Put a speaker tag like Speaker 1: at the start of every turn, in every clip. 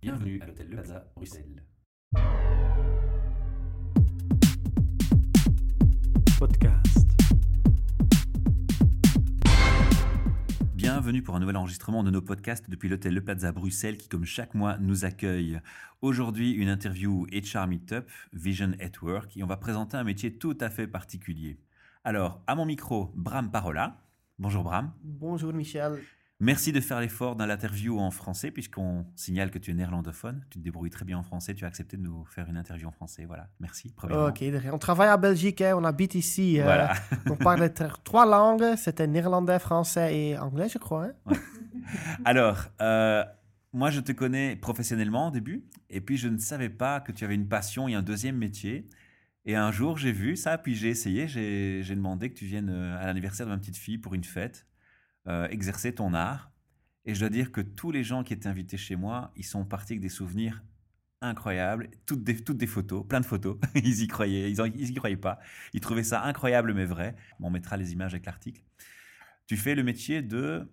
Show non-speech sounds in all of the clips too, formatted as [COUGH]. Speaker 1: Bienvenue à l'hôtel Le Plaza, Bruxelles.
Speaker 2: Podcast.
Speaker 1: Bienvenue pour un nouvel enregistrement de nos podcasts depuis l'hôtel Le Plaza Bruxelles qui, comme chaque mois, nous accueille. Aujourd'hui, une interview HR Meetup, Vision at Work, et on va présenter un métier tout à fait particulier. Alors, à mon micro, Bram Parola. Bonjour Bram.
Speaker 2: Bonjour Michel.
Speaker 1: Merci de faire l'effort dans l'interview en français, puisqu'on signale que tu es néerlandophone. Tu te débrouilles très bien en français. Tu as accepté de nous faire une interview en français. Voilà. Merci. premièrement.
Speaker 2: Ok, de rien. on travaille à Belgique, hein, on habite ici. euh, [LAUGHS]
Speaker 1: Voilà.
Speaker 2: on parle tr- trois langues, c'était néerlandais, français et anglais, je crois. hein.
Speaker 1: [LAUGHS] Alors, euh, moi, je te connais professionnellement au début, et puis je ne savais pas que tu avais une passion et un deuxième métier. Et un jour, j'ai vu ça, puis j'ai essayé, j'ai j'ai demandé que tu viennes euh, à l'anniversaire de ma petite fille pour une fête, euh, exercer ton art. Et je dois dire que tous les gens qui étaient invités chez moi, ils sont partis avec des souvenirs incroyables, toutes des, toutes des photos, plein de photos. [LAUGHS] ils y croyaient, ils, en- ils y croyaient pas. Ils trouvaient ça incroyable mais vrai. On mettra les images avec l'article. Tu fais le métier de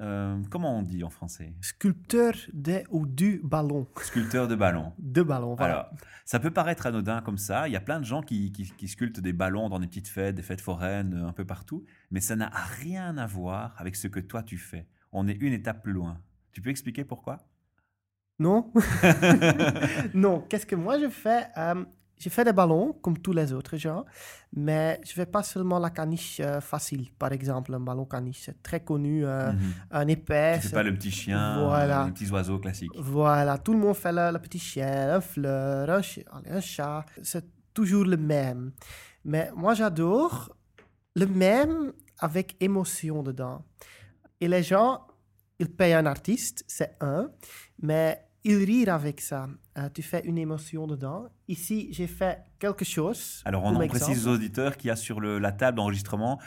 Speaker 1: euh, comment on dit en français
Speaker 2: Sculpteur des ou du ballon.
Speaker 1: Sculpteur de ballons.
Speaker 2: De ballon, voilà.
Speaker 1: Alors, ça peut paraître anodin comme ça. Il y a plein de gens qui, qui- qui sculptent des ballons dans des petites fêtes, des fêtes foraines, euh, un peu partout. Mais ça n'a rien à voir avec ce que toi tu fais. On est une étape plus loin. Tu peux expliquer pourquoi [LAUGHS]
Speaker 2: Non [LAUGHS] Non, qu'est-ce que moi je fais Euh, Je fais des ballons, comme tous les autres gens, mais je fais pas seulement la caniche euh, facile, par exemple, un ballon caniche. C'est très connu, euh,
Speaker 1: Mhm.
Speaker 2: un épais.
Speaker 1: Tu fais
Speaker 2: c'est-
Speaker 1: pas le petit chien,
Speaker 2: Voilà.
Speaker 1: euh, les petits oiseaux classiques.
Speaker 2: Voilà, tout le monde fait le, le petit chien, un fleur, un, chi- allez, un chat. C'est toujours le même. Mais moi, j'adore le même avec émotion dedans. Et les gens, ils payent un artiste, c'est un, mais ils rirent avec ça. Euh, tu fais une émotion dedans. Ici, j'ai fait quelque chose.
Speaker 1: Alors, on
Speaker 2: comme
Speaker 1: en
Speaker 2: exemple.
Speaker 1: précise aux auditeurs qu'il y a sur le- la table d'enregistrement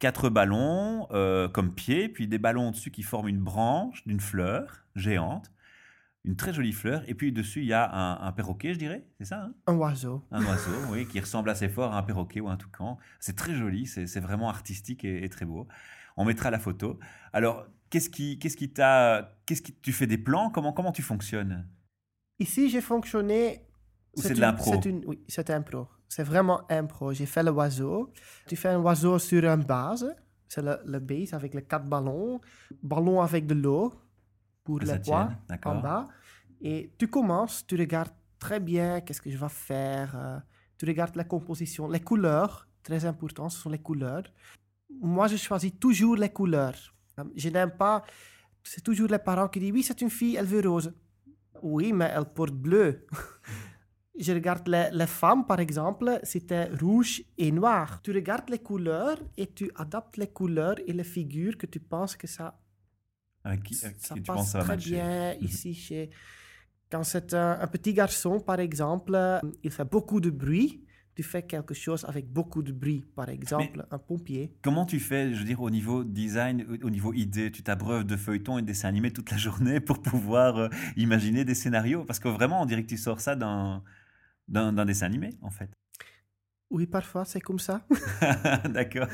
Speaker 1: quatre ballons euh, comme pieds, puis des ballons au-dessus qui forment une branche d'une fleur géante, une très jolie fleur, et puis dessus, il y a un, un perroquet, je dirais, c'est ça hein
Speaker 2: Un oiseau. [LAUGHS]
Speaker 1: Un oiseau, oui, qui ressemble assez fort à un perroquet ou un toucan. C'est très joli, c'est c'est vraiment artistique et, et très beau. On mettra la photo. Alors, qu'est-ce qui qu'est-ce qui t'a... Qu'est-ce qui... Tu fais des plans Comment, comment tu fonctionnes
Speaker 2: Ici, j'ai fonctionné.
Speaker 1: Ou c'est de
Speaker 2: une-
Speaker 1: l'impro
Speaker 2: c'est une- Oui, c'est impro. C'est vraiment impro. J'ai fait le oiseau. Tu fais un oiseau sur une base. C'est le, le base avec les quatre ballons. Ballon avec de l'eau pour
Speaker 1: Que ça
Speaker 2: le poids
Speaker 1: tienne,
Speaker 2: en
Speaker 1: D'accord.
Speaker 2: bas. Et tu commences, tu regardes très bien qu'est-ce que je vais faire. euh, tu regardes la composition, les couleurs. Très important, ce sont les couleurs. Moi, je choisis toujours les couleurs. Euh, Je n'aime pas... C'est toujours les parents qui disent, oui, c'est une fille, elle veut rose. Oui, mais elle porte bleu. [LAUGHS] je regarde les, les femmes, par exemple, c'était rouge et noir. Tu regardes les couleurs et tu adaptes les couleurs et les figures que tu penses que ça
Speaker 1: Avec qui,
Speaker 2: ça
Speaker 1: avec qui tu
Speaker 2: passe
Speaker 1: penses ça va
Speaker 2: très
Speaker 1: matcher
Speaker 2: bien
Speaker 1: Mhm.
Speaker 2: ici chez... Quand c'est un, un petit garçon, par exemple, euh, il fait beaucoup de bruit. Tu fais quelque chose avec beaucoup de bruit, par exemple, un pompier.
Speaker 1: Comment tu fais, je veux dire, au niveau design, au- au niveau idée Tu t'abreuves de feuilletons et de dessins animés toute la [LAUGHS] journée pour pouvoir euh, imaginer des scénarios Parce que vraiment, on dirait que tu sors ça d'un, d'un, d'un dessin animé, en fait. [LAUGHS]
Speaker 2: Oui, parfois, c'est comme ça. [LAUGHS]
Speaker 1: D'accord.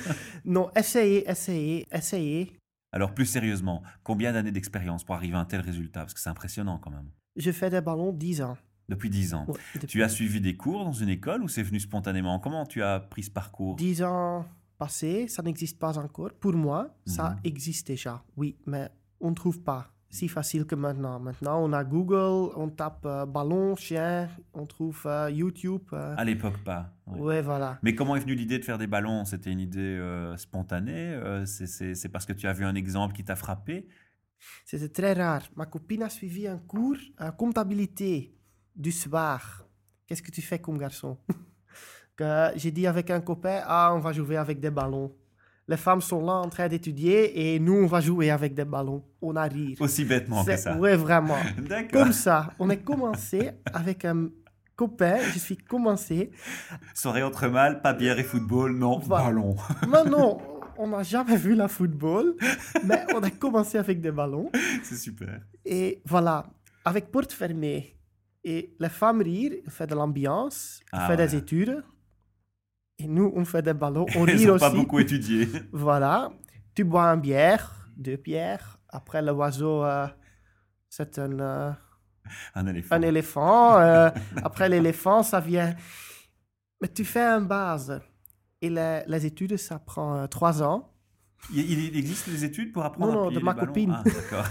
Speaker 2: non, essayez, essayez, essayez.
Speaker 1: Alors, plus sérieusement, combien d'années d'expérience pour arriver à un tel résultat Parce que c'est impressionnant quand même.
Speaker 2: Je fais des ballons 10 ans.
Speaker 1: Depuis 10 ans.
Speaker 2: Ouais, depuis
Speaker 1: Tu as suivi des cours dans une école ou c'est venu spontanément Comment tu as pris ce parcours
Speaker 2: 10 ans passés, ça n'existe pas encore. Pour moi, ça
Speaker 1: Mhm.
Speaker 2: existe déjà, oui, mais on ne trouve pas si facile que maintenant. Maintenant, on a Google, on tape euh, ballon, chien, on trouve euh, YouTube. euh,
Speaker 1: À l'époque, pas. Ouais.
Speaker 2: ouais, voilà.
Speaker 1: Mais comment est venue l'idée de faire des ballons C'était une idée euh, spontanée euh, c'est- C'est c'est parce que tu as vu un exemple qui t'a frappé
Speaker 2: C'était très rare. Ma copine a suivi un cours en comptabilité du soir. Qu'est-ce que tu fais comme garçon [LAUGHS] Que J'ai dit avec un copain, ah, on va jouer avec des ballons. Les femmes sont là en train d'étudier et nous, on va jouer avec des ballons. On a rire.
Speaker 1: Aussi bêtement que
Speaker 2: C'est-
Speaker 1: ça. [LAUGHS]
Speaker 2: Ouais, vraiment.
Speaker 1: D'accord.
Speaker 2: Comme ça, on est commencé avec un copain. Je suis commencé.
Speaker 1: Soirée entre mal, pas bière et football, non,
Speaker 2: Voilà.
Speaker 1: ballon. [LAUGHS]
Speaker 2: Maintenant, on n'a jamais vu la football, mais on a commencé avec des ballons.
Speaker 1: C'est super.
Speaker 2: Et voilà, avec porte fermée. Et les femmes rient, on fait de l'ambiance, on
Speaker 1: Ah,
Speaker 2: fait des
Speaker 1: voilà.
Speaker 2: études. Et nous, on fait des ballons,
Speaker 1: [LAUGHS]
Speaker 2: on
Speaker 1: Ils
Speaker 2: rit
Speaker 1: n'ont
Speaker 2: aussi.
Speaker 1: pas beaucoup
Speaker 2: [LAUGHS]
Speaker 1: étudié.
Speaker 2: Voilà, tu bois une bière, deux bières. Après, l'oiseau, euh, c'est un, euh,
Speaker 1: Un éléphant.
Speaker 2: un
Speaker 1: [LAUGHS]
Speaker 2: éléphant. euh, après l'éléphant, ça vient. Mais tu fais un base. Et la- les études, ça prend euh, trois ans.
Speaker 1: Il, il existe des études pour apprendre
Speaker 2: Non,
Speaker 1: à
Speaker 2: non,
Speaker 1: plier
Speaker 2: de ma
Speaker 1: les ballons
Speaker 2: copine.
Speaker 1: Ah, d'accord.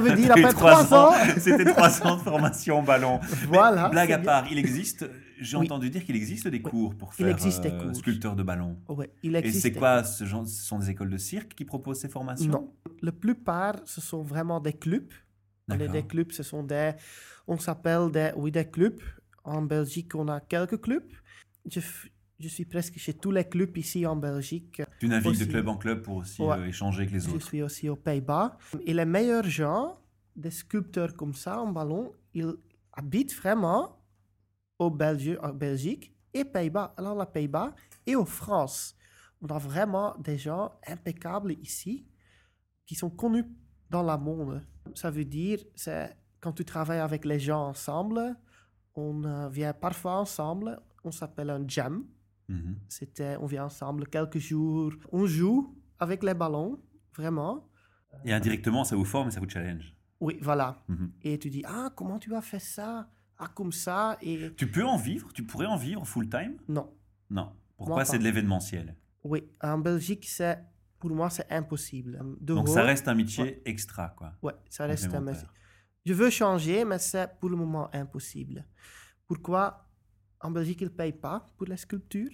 Speaker 1: [LAUGHS]
Speaker 2: veut dire
Speaker 1: T'as eu
Speaker 2: après trois ans.
Speaker 1: C'était trois ans de formation au ballon. [LAUGHS] Mais
Speaker 2: [LAUGHS] Voilà,
Speaker 1: blague
Speaker 2: c'est
Speaker 1: à
Speaker 2: bien.
Speaker 1: part, il existe, j'ai
Speaker 2: Oui.
Speaker 1: entendu dire qu'il existe des cours pour
Speaker 2: Il
Speaker 1: faire euh,
Speaker 2: existe des cours.
Speaker 1: sculpteur de ballon.
Speaker 2: Ouais, il
Speaker 1: Et
Speaker 2: existe.
Speaker 1: c'est quoi ce genre Ce sont des écoles de cirque qui proposent ces formations
Speaker 2: Non. La plupart, ce sont vraiment des clubs. Les,
Speaker 1: D'accord.
Speaker 2: des clubs, ce sont des. On s'appelle des. Oui, des clubs. En Belgique, on a quelques clubs. Je, f- je suis presque chez tous les clubs ici en Belgique.
Speaker 1: Tu navigues de
Speaker 2: Aussi.
Speaker 1: club en club pour aussi
Speaker 2: Ouais.
Speaker 1: euh, échanger avec les
Speaker 2: Je
Speaker 1: autres.
Speaker 2: suis aussi aux Pays-Bas. Et les meilleurs gens, des sculpteurs comme ça en ballon, ils habitent vraiment au Belgi- en Belgique et Pays-Bas, alors la Pays-Bas et en France. On a vraiment des gens impeccables ici qui sont connus dans le monde. Ça veut dire, c'est quand tu travailles avec les gens ensemble, on euh, vient parfois ensemble, on s'appelle un jam.
Speaker 1: Mhm.
Speaker 2: C'était, on vient ensemble quelques jours, on joue avec les ballons, vraiment.
Speaker 1: Et indirectement, ça vous forme et ça vous challenge.
Speaker 2: Oui, voilà.
Speaker 1: Mhm.
Speaker 2: Et tu dis, ah, comment tu as fait ça Ah, comme ça Et
Speaker 1: Tu peux en vivre Tu pourrais en vivre full time
Speaker 2: non,
Speaker 1: Non. Pourquoi
Speaker 2: pas.
Speaker 1: c'est de l'événementiel
Speaker 2: oui, en Belgique, c'est, pour moi, c'est impossible. De
Speaker 1: Donc
Speaker 2: haut,
Speaker 1: ça reste un métier extra, quoi.
Speaker 2: Ouais, ça reste un
Speaker 1: complémentaire.
Speaker 2: métier. Je veux changer, mais c'est pour le moment impossible. Pourquoi En Belgique, ils ne payent pas pour la sculpture.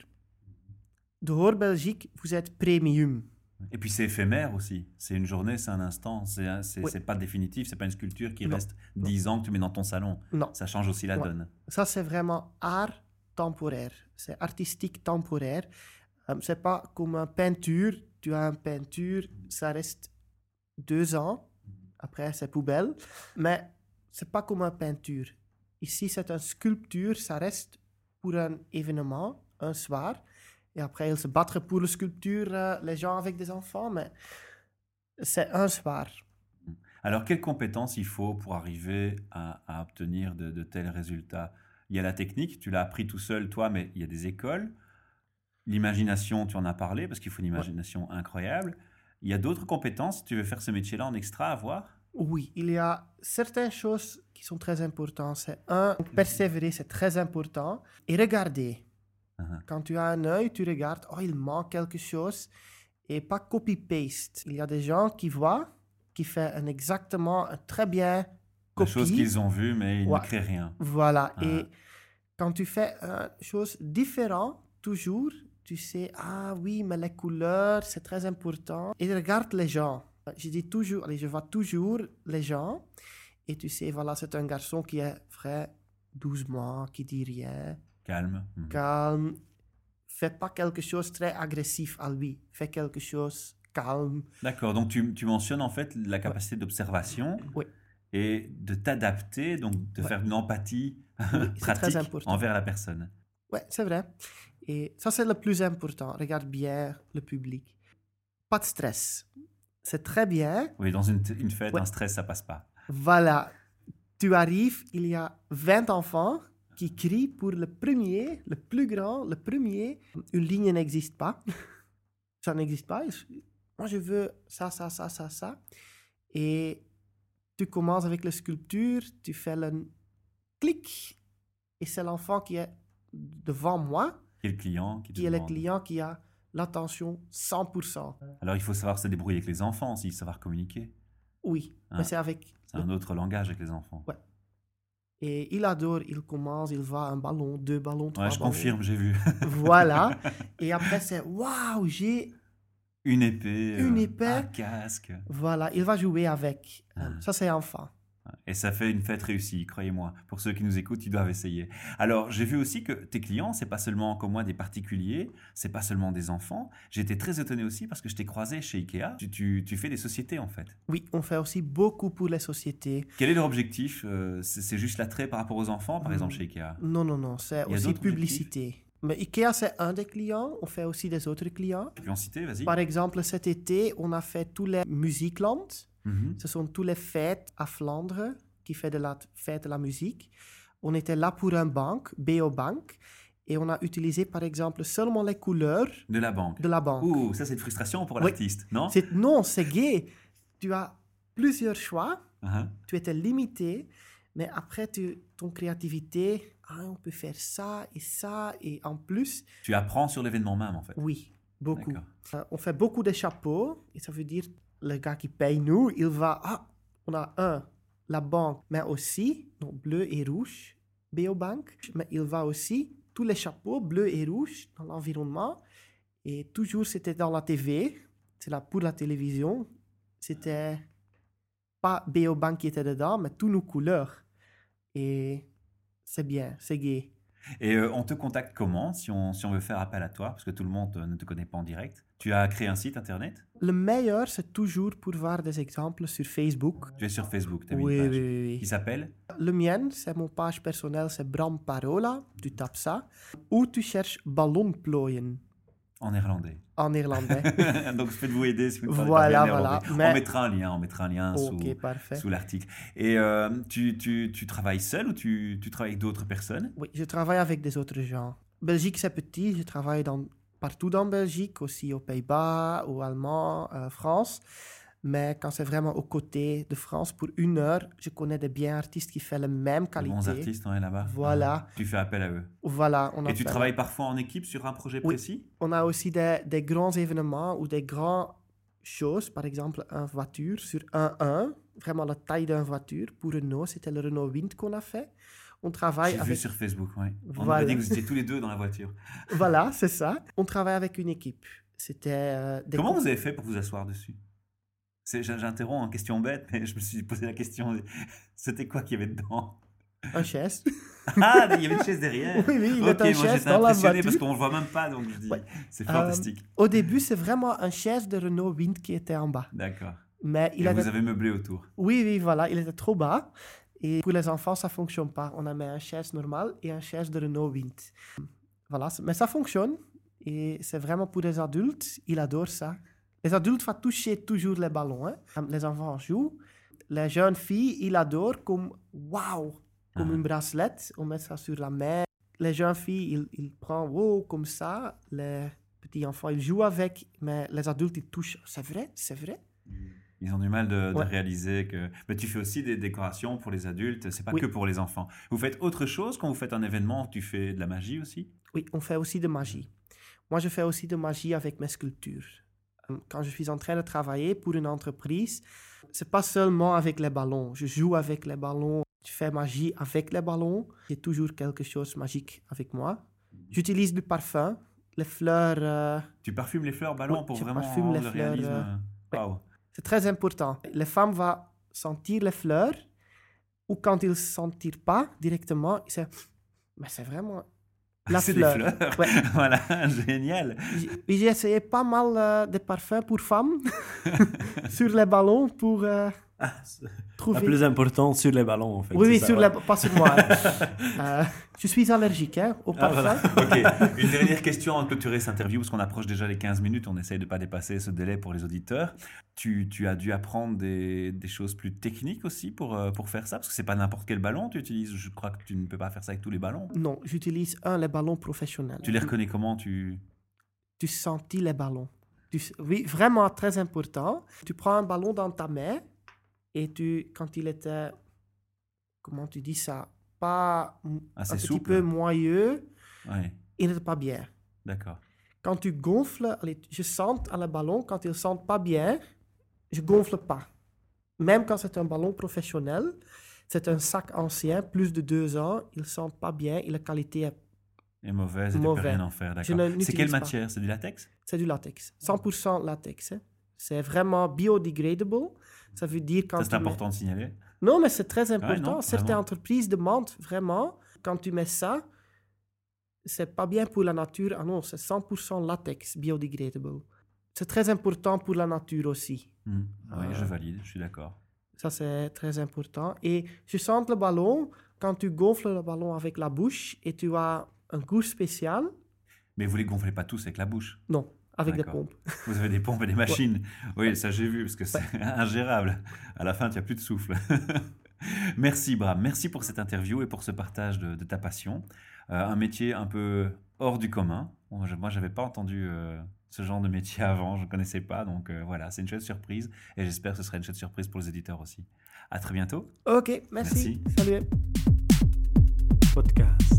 Speaker 2: Dehors Belgique, vous êtes premium.
Speaker 1: Et puis c'est éphémère aussi. C'est une journée, c'est un instant. C'est un- c'est
Speaker 2: Oui.
Speaker 1: c'est pas définitif. C'est pas une sculpture qui
Speaker 2: Non.
Speaker 1: reste 10 ans que tu mets dans ton salon.
Speaker 2: Non.
Speaker 1: Ça change aussi la
Speaker 2: Ouais.
Speaker 1: donne.
Speaker 2: Ça, c'est vraiment art temporaire. C'est artistique temporaire. Euh, c'est pas comme une peinture. Tu as une peinture, ça reste deux ans. Après, c'est poubelle. Mais c'est pas comme une peinture. Ici, c'est une sculpture. Ça reste pour un événement, un soir. Et après, ils se battent pour la sculpture, euh, les gens avec des enfants. Mais c'est un soir.
Speaker 1: Alors quelles compétences il faut pour arriver à, à obtenir de, de tels résultats Il y a la technique, tu l'as appris tout seul toi, mais il y a des écoles. L'imagination, tu en as parlé parce qu'il faut une imagination incroyable. Il y a d'autres compétences si tu veux faire ce métier-là en extra à voir.
Speaker 2: Oui, il y a certaines choses qui sont très importantes. C'est un, persévérer, c'est très important. Et regarder.
Speaker 1: Mhm.
Speaker 2: Quand tu as un œil, tu regardes, oh, il manque quelque chose. Et pas copy-paste. Il y a des gens qui voient, qui font un exactement un très bien
Speaker 1: Des
Speaker 2: copie.
Speaker 1: choses qu'ils ont vues, mais ils
Speaker 2: Ouais.
Speaker 1: ne créent rien.
Speaker 2: Voilà.
Speaker 1: Ah.
Speaker 2: Et quand tu fais une chose différente, toujours, tu sais, ah oui, mais les couleurs, c'est très important. Et regarde les gens. Je dis toujours, allez, je vois toujours les gens. Et tu sais, voilà, c'est un garçon qui est frais, 12 mois, qui dit rien,
Speaker 1: Calme. Mhm.
Speaker 2: calme. Fais pas quelque chose de très agressif à lui. Fais quelque chose calme.
Speaker 1: D'accord, donc tu, tu mentionnes en fait la capacité d'observation
Speaker 2: Oui.
Speaker 1: et de t'adapter, donc de
Speaker 2: Ouais.
Speaker 1: faire une empathie
Speaker 2: c'est très
Speaker 1: pratique
Speaker 2: important.
Speaker 1: envers la personne.
Speaker 2: Ouais, c'est vrai. Et ça, c'est le plus important. Regarde bien le public. Pas de stress. C'est très bien.
Speaker 1: Oui, dans une, une fête,
Speaker 2: Ouais.
Speaker 1: un stress, ça passe pas.
Speaker 2: Voilà. Tu arrives, il y a 20 enfants qui crient pour le premier, le plus grand, le premier. Une ligne n'existe pas. [LAUGHS] ça n'existe pas. Ils- Moi, je veux ça, ça, ça, ça, ça. Et tu commences avec la sculpture, tu fais le clic. Et c'est l'enfant qui est devant moi
Speaker 1: Qui est le client qui te
Speaker 2: qui est le
Speaker 1: demande.
Speaker 2: client qui a l'attention 100%.
Speaker 1: Alors il faut savoir se débrouiller avec les enfants aussi, savoir communiquer.
Speaker 2: Oui,
Speaker 1: Ah.
Speaker 2: mais c'est avec.
Speaker 1: C'est un autre langage avec les enfants.
Speaker 2: Ouais, Et il adore, il commence, il va un ballon, deux ballons, trois
Speaker 1: Ouais, je
Speaker 2: ballons.
Speaker 1: confirme, j'ai vu.
Speaker 2: [LAUGHS]
Speaker 1: [LAUGHS]
Speaker 2: Voilà. Et après, c'est waouh, j'ai.
Speaker 1: une épée,
Speaker 2: Une
Speaker 1: euh,
Speaker 2: épée.
Speaker 1: un casque.
Speaker 2: Voilà, il va jouer avec. Euh,
Speaker 1: Ah.
Speaker 2: Ça, c'est enfant.
Speaker 1: Et ça fait une fête réussie, croyez-moi. Pour ceux qui nous écoutent, ils doivent essayer. Alors, j'ai vu aussi que tes clients, c'est pas seulement comme moi des particuliers, c'est pas seulement des enfants. J'étais très étonné aussi parce que je t'ai croisé chez Ikea. Tu, tu- tu fais des sociétés en fait.
Speaker 2: Oui, on fait aussi beaucoup pour les sociétés.
Speaker 1: Quel est leur objectif Euh, C'est c'est juste l'attrait par rapport aux enfants, par
Speaker 2: Hmm.
Speaker 1: exemple chez Ikea.
Speaker 2: Non, non, non, c'est
Speaker 1: Il y a
Speaker 2: aussi
Speaker 1: d'autres
Speaker 2: publicité. Mais Ikea, c'est un des clients. On fait aussi des autres clients.
Speaker 1: Tu peux en citer, vas-y.
Speaker 2: Par exemple, cet été, on a fait tous les Muziekland.
Speaker 1: Mhm.
Speaker 2: Ce sont tous les fêtes à Flandre qui fait de la fête de la musique. On était là pour un banque, BO Bank, et on a utilisé par exemple seulement les couleurs
Speaker 1: De la banque.
Speaker 2: de la banque.
Speaker 1: Ouh, ça c'est une frustration pour
Speaker 2: Oui.
Speaker 1: l'artiste, non
Speaker 2: C'est non, c'est gay. Tu as plusieurs choix,
Speaker 1: Uh-huh.
Speaker 2: tu étais limité, Mais après, tu, ton créativité, ah, on peut faire ça et ça, et en plus,
Speaker 1: Tu apprends sur l'événement même, en fait.
Speaker 2: oui, beaucoup.
Speaker 1: D'accord.
Speaker 2: Euh, on fait beaucoup de chapeaux, et ça veut dire, le gars qui paye nous, il va, ah, on a un, la banque, mais aussi, donc bleu et rouge, Beobank, mais il va aussi, tous les chapeaux, bleu et rouge, dans l'environnement, et toujours c'était dans la TV, c'est là pour la télévision, c'était pas Beobank qui était dedans, mais toutes nos couleurs, et c'est bien, c'est gay.
Speaker 1: Et euh, on te contacte comment si on, si on veut faire appel à toi Parce que tout le monde euh, ne te connaît pas en direct. Tu as créé un site internet
Speaker 2: Le meilleur, c'est toujours pour voir des exemples sur Facebook.
Speaker 1: Tu es sur Facebook, tu as
Speaker 2: Oui,
Speaker 1: une
Speaker 2: oui,
Speaker 1: page
Speaker 2: oui,
Speaker 1: qui
Speaker 2: oui.
Speaker 1: s'appelle
Speaker 2: Le mien, c'est mon page personnelle, c'est Bram Parola. Tu tapes ça. Ou tu cherches ballonplooien
Speaker 1: en néerlandais. [LAUGHS]
Speaker 2: en néerlandais.
Speaker 1: Donc faites-vous aider si vous ne parlez
Speaker 2: Voilà,
Speaker 1: pas bien
Speaker 2: voilà.
Speaker 1: néerlandais.
Speaker 2: Mais-
Speaker 1: On mettra un lien, on mettra un lien Ah, sous-
Speaker 2: ok, parfait.
Speaker 1: sous, l'article. Et euh, tu, tu, tu travailles seul ou tu, tu travailles avec d'autres personnes
Speaker 2: Oui, je travaille avec des autres gens. Belgique, c'est petit. Je travaille dans, partout dans Belgique, aussi aux Pays-Bas, aux Allemands, euh, France. Mais quand c'est vraiment aux côtés de France, pour une heure, je connais des biens artistes qui font la même
Speaker 1: Les bons
Speaker 2: qualité.
Speaker 1: artistes, ouais, là-bas.
Speaker 2: Voilà.
Speaker 1: Tu fais appel à eux.
Speaker 2: Voilà, on a
Speaker 1: Et tu
Speaker 2: fait-
Speaker 1: travailles parfois en équipe sur un projet
Speaker 2: Oui.
Speaker 1: précis
Speaker 2: On a aussi des, des grands événements ou des grandes choses, par exemple une voiture sur 1-1, vraiment la taille d'une voiture. Pour Renault, c'était le Renault Wind qu'on a fait. On travaille
Speaker 1: J'ai vu
Speaker 2: avec...
Speaker 1: sur Facebook, ouais. On
Speaker 2: Voilà.
Speaker 1: avait dit que vous étiez tous les deux dans la voiture.
Speaker 2: [LAUGHS] Voilà, c'est ça. On travaille avec une équipe. C'était euh, des...
Speaker 1: Comment vous avez fait pour vous asseoir dessus C'est- j'in- J'interromps en question bête, mais je me suis posé la question. C'était quoi qu'il y avait dedans [LAUGHS]
Speaker 2: un chaise.
Speaker 1: Ah, il y avait une chaise derrière.
Speaker 2: oui, oui, il
Speaker 1: ok,
Speaker 2: est un
Speaker 1: moi
Speaker 2: chaise
Speaker 1: j'étais
Speaker 2: dans la
Speaker 1: impressionné parce
Speaker 2: voiture.
Speaker 1: qu'on le voit même pas, donc je dis,
Speaker 2: Ouais.
Speaker 1: c'est
Speaker 2: Euh,
Speaker 1: fantastique.
Speaker 2: Au début, c'est vraiment un chaise de Renault Wind qui était en bas.
Speaker 1: D'accord.
Speaker 2: Mais il
Speaker 1: Et
Speaker 2: avait
Speaker 1: vous avez meublé autour.
Speaker 2: Oui, oui, voilà, il était trop bas. Et pour les enfants, ça fonctionne pas. On a mis un chaise normale et un chaise de Renault Wind. Voilà, c- mais ça fonctionne. Et c'est vraiment pour les adultes, ils adorent ça. Les adultes vont toucher toujours les ballons. hein. Les enfants jouent. Les jeunes filles, ils adorent comme waouh, comme
Speaker 1: Ah.
Speaker 2: une bracelette. On met ça sur la main. Les jeunes filles, ils, ils prennent wow comme ça. Les petits enfants, ils jouent avec. Mais les adultes, ils touchent. C'est vrai, c'est vrai.
Speaker 1: Ils ont du mal de, de
Speaker 2: Ouais.
Speaker 1: réaliser que. Mais tu fais aussi des décorations pour les adultes, c'est pas
Speaker 2: Oui.
Speaker 1: que pour les enfants. Vous faites autre chose quand vous faites un événement, tu fais de la magie aussi
Speaker 2: Oui, on fait aussi de magie. Moi, je fais aussi de magie avec mes sculptures. Hum, Quand je suis en train de travailler pour une entreprise, c'est pas seulement avec les ballons. Je joue avec les ballons. Je fais magie avec les ballons. J'ai toujours quelque chose de magique avec moi. J'utilise du parfum, les fleurs. euh,
Speaker 1: Tu parfumes les fleurs ballons
Speaker 2: Oui,
Speaker 1: pour
Speaker 2: je
Speaker 1: vraiment
Speaker 2: parfume les
Speaker 1: le
Speaker 2: fleurs,
Speaker 1: réalisme.
Speaker 2: euh, ouais.
Speaker 1: Waouh.
Speaker 2: c'est très important. Les femmes vont sentir les fleurs ou quand ils ne sentent pas directement, ils disent Mais c'est vraiment la
Speaker 1: [LAUGHS] C'est des
Speaker 2: fleur.
Speaker 1: fleurs.
Speaker 2: Ouais.
Speaker 1: [LAUGHS] voilà, génial.
Speaker 2: J- J'ai essayé pas mal euh, de parfums pour femmes [LAUGHS] sur les ballons pour euh,
Speaker 3: La
Speaker 2: trouver.
Speaker 3: plus importante sur les ballons, en fait.
Speaker 2: oui,
Speaker 3: c'est
Speaker 2: oui,
Speaker 3: Ah, ça, ouais.
Speaker 2: sur les... pas sur
Speaker 3: [LAUGHS]
Speaker 2: moi. Euh, je suis allergique hein, au
Speaker 3: Ah,
Speaker 2: parfum.
Speaker 3: voilà.
Speaker 1: Ok, une dernière question en clôturer cette interview, parce qu'on approche déjà les 15 minutes, on essaye de ne pas dépasser ce délai pour les auditeurs. Tu, tu as dû apprendre des, des choses plus techniques aussi pour, euh, pour faire ça, parce que c'est pas n'importe quel ballon tu utilises, je crois que tu ne peux pas faire ça avec tous les ballons.
Speaker 2: Non, j'utilise un, les ballons professionnels.
Speaker 1: Tu les reconnais comment tu...
Speaker 2: Tu sentis les ballons. Tu s- Oui, vraiment très important. Tu prends un ballon dans ta main et tu, quand il était, comment tu dis ça, pas m-
Speaker 1: Assez
Speaker 2: un petit
Speaker 1: ah, souple.
Speaker 2: peu moyeux,
Speaker 1: Ouais,
Speaker 2: il n'était pas bien.
Speaker 1: d'accord.
Speaker 2: quand tu gonfles, allez, je sens à le ballon, quand il ne sent pas bien, je gonfle pas. Même quand c'est un ballon professionnel, c'est un sac ancien, plus de deux ans, il ne sent pas bien et la qualité, est-
Speaker 1: Et mauvaise, et tu peux
Speaker 2: Mauvais.
Speaker 1: rien en faire,
Speaker 2: Je
Speaker 1: d'accord.
Speaker 2: ne
Speaker 1: C'est quelle
Speaker 2: l'utilise pas.
Speaker 1: matière C'est du latex
Speaker 2: c'est du latex. 100% latex. hein. C'est vraiment biodegradable. Ça veut dire quand
Speaker 1: Ça, c'est
Speaker 2: tu mets-
Speaker 1: important de signaler.
Speaker 2: Non, mais c'est très important.
Speaker 1: non,
Speaker 2: Certaines
Speaker 1: vraiment.
Speaker 2: entreprises demandent vraiment, quand tu mets ça, c'est pas bien pour la nature. Ah non, c'est 100% latex, biodegradable. C'est très important pour la nature aussi.
Speaker 1: Hmm. Oui,
Speaker 2: Ah.
Speaker 1: je valide, je suis d'accord.
Speaker 2: Ça, c'est très important. Et tu sens le ballon quand tu gonfles le ballon avec la bouche et tu as un goût spécial.
Speaker 1: Mais vous les gonflez pas tous avec la bouche.
Speaker 2: Non, avec des
Speaker 1: D'accord.
Speaker 2: pompes.
Speaker 1: Vous avez des pompes et des machines. Oui, ça j'ai vu, parce que c'est [LAUGHS] ingérable. À la fin, tu n'as plus de souffle. [LAUGHS] merci, Bram. Merci pour cette interview et pour ce partage de, de ta passion. Euh, un métier un peu hors du commun. Moi, je n'avais pas entendu euh, ce genre de métier [LAUGHS] avant, je ne connaissais pas. Donc euh, voilà, c'est une chouette surprise et j'espère que ce sera une chouette surprise pour les éditeurs aussi. À très bientôt.
Speaker 2: Ok, merci.
Speaker 1: Merci.
Speaker 2: Salut.
Speaker 3: Podcast.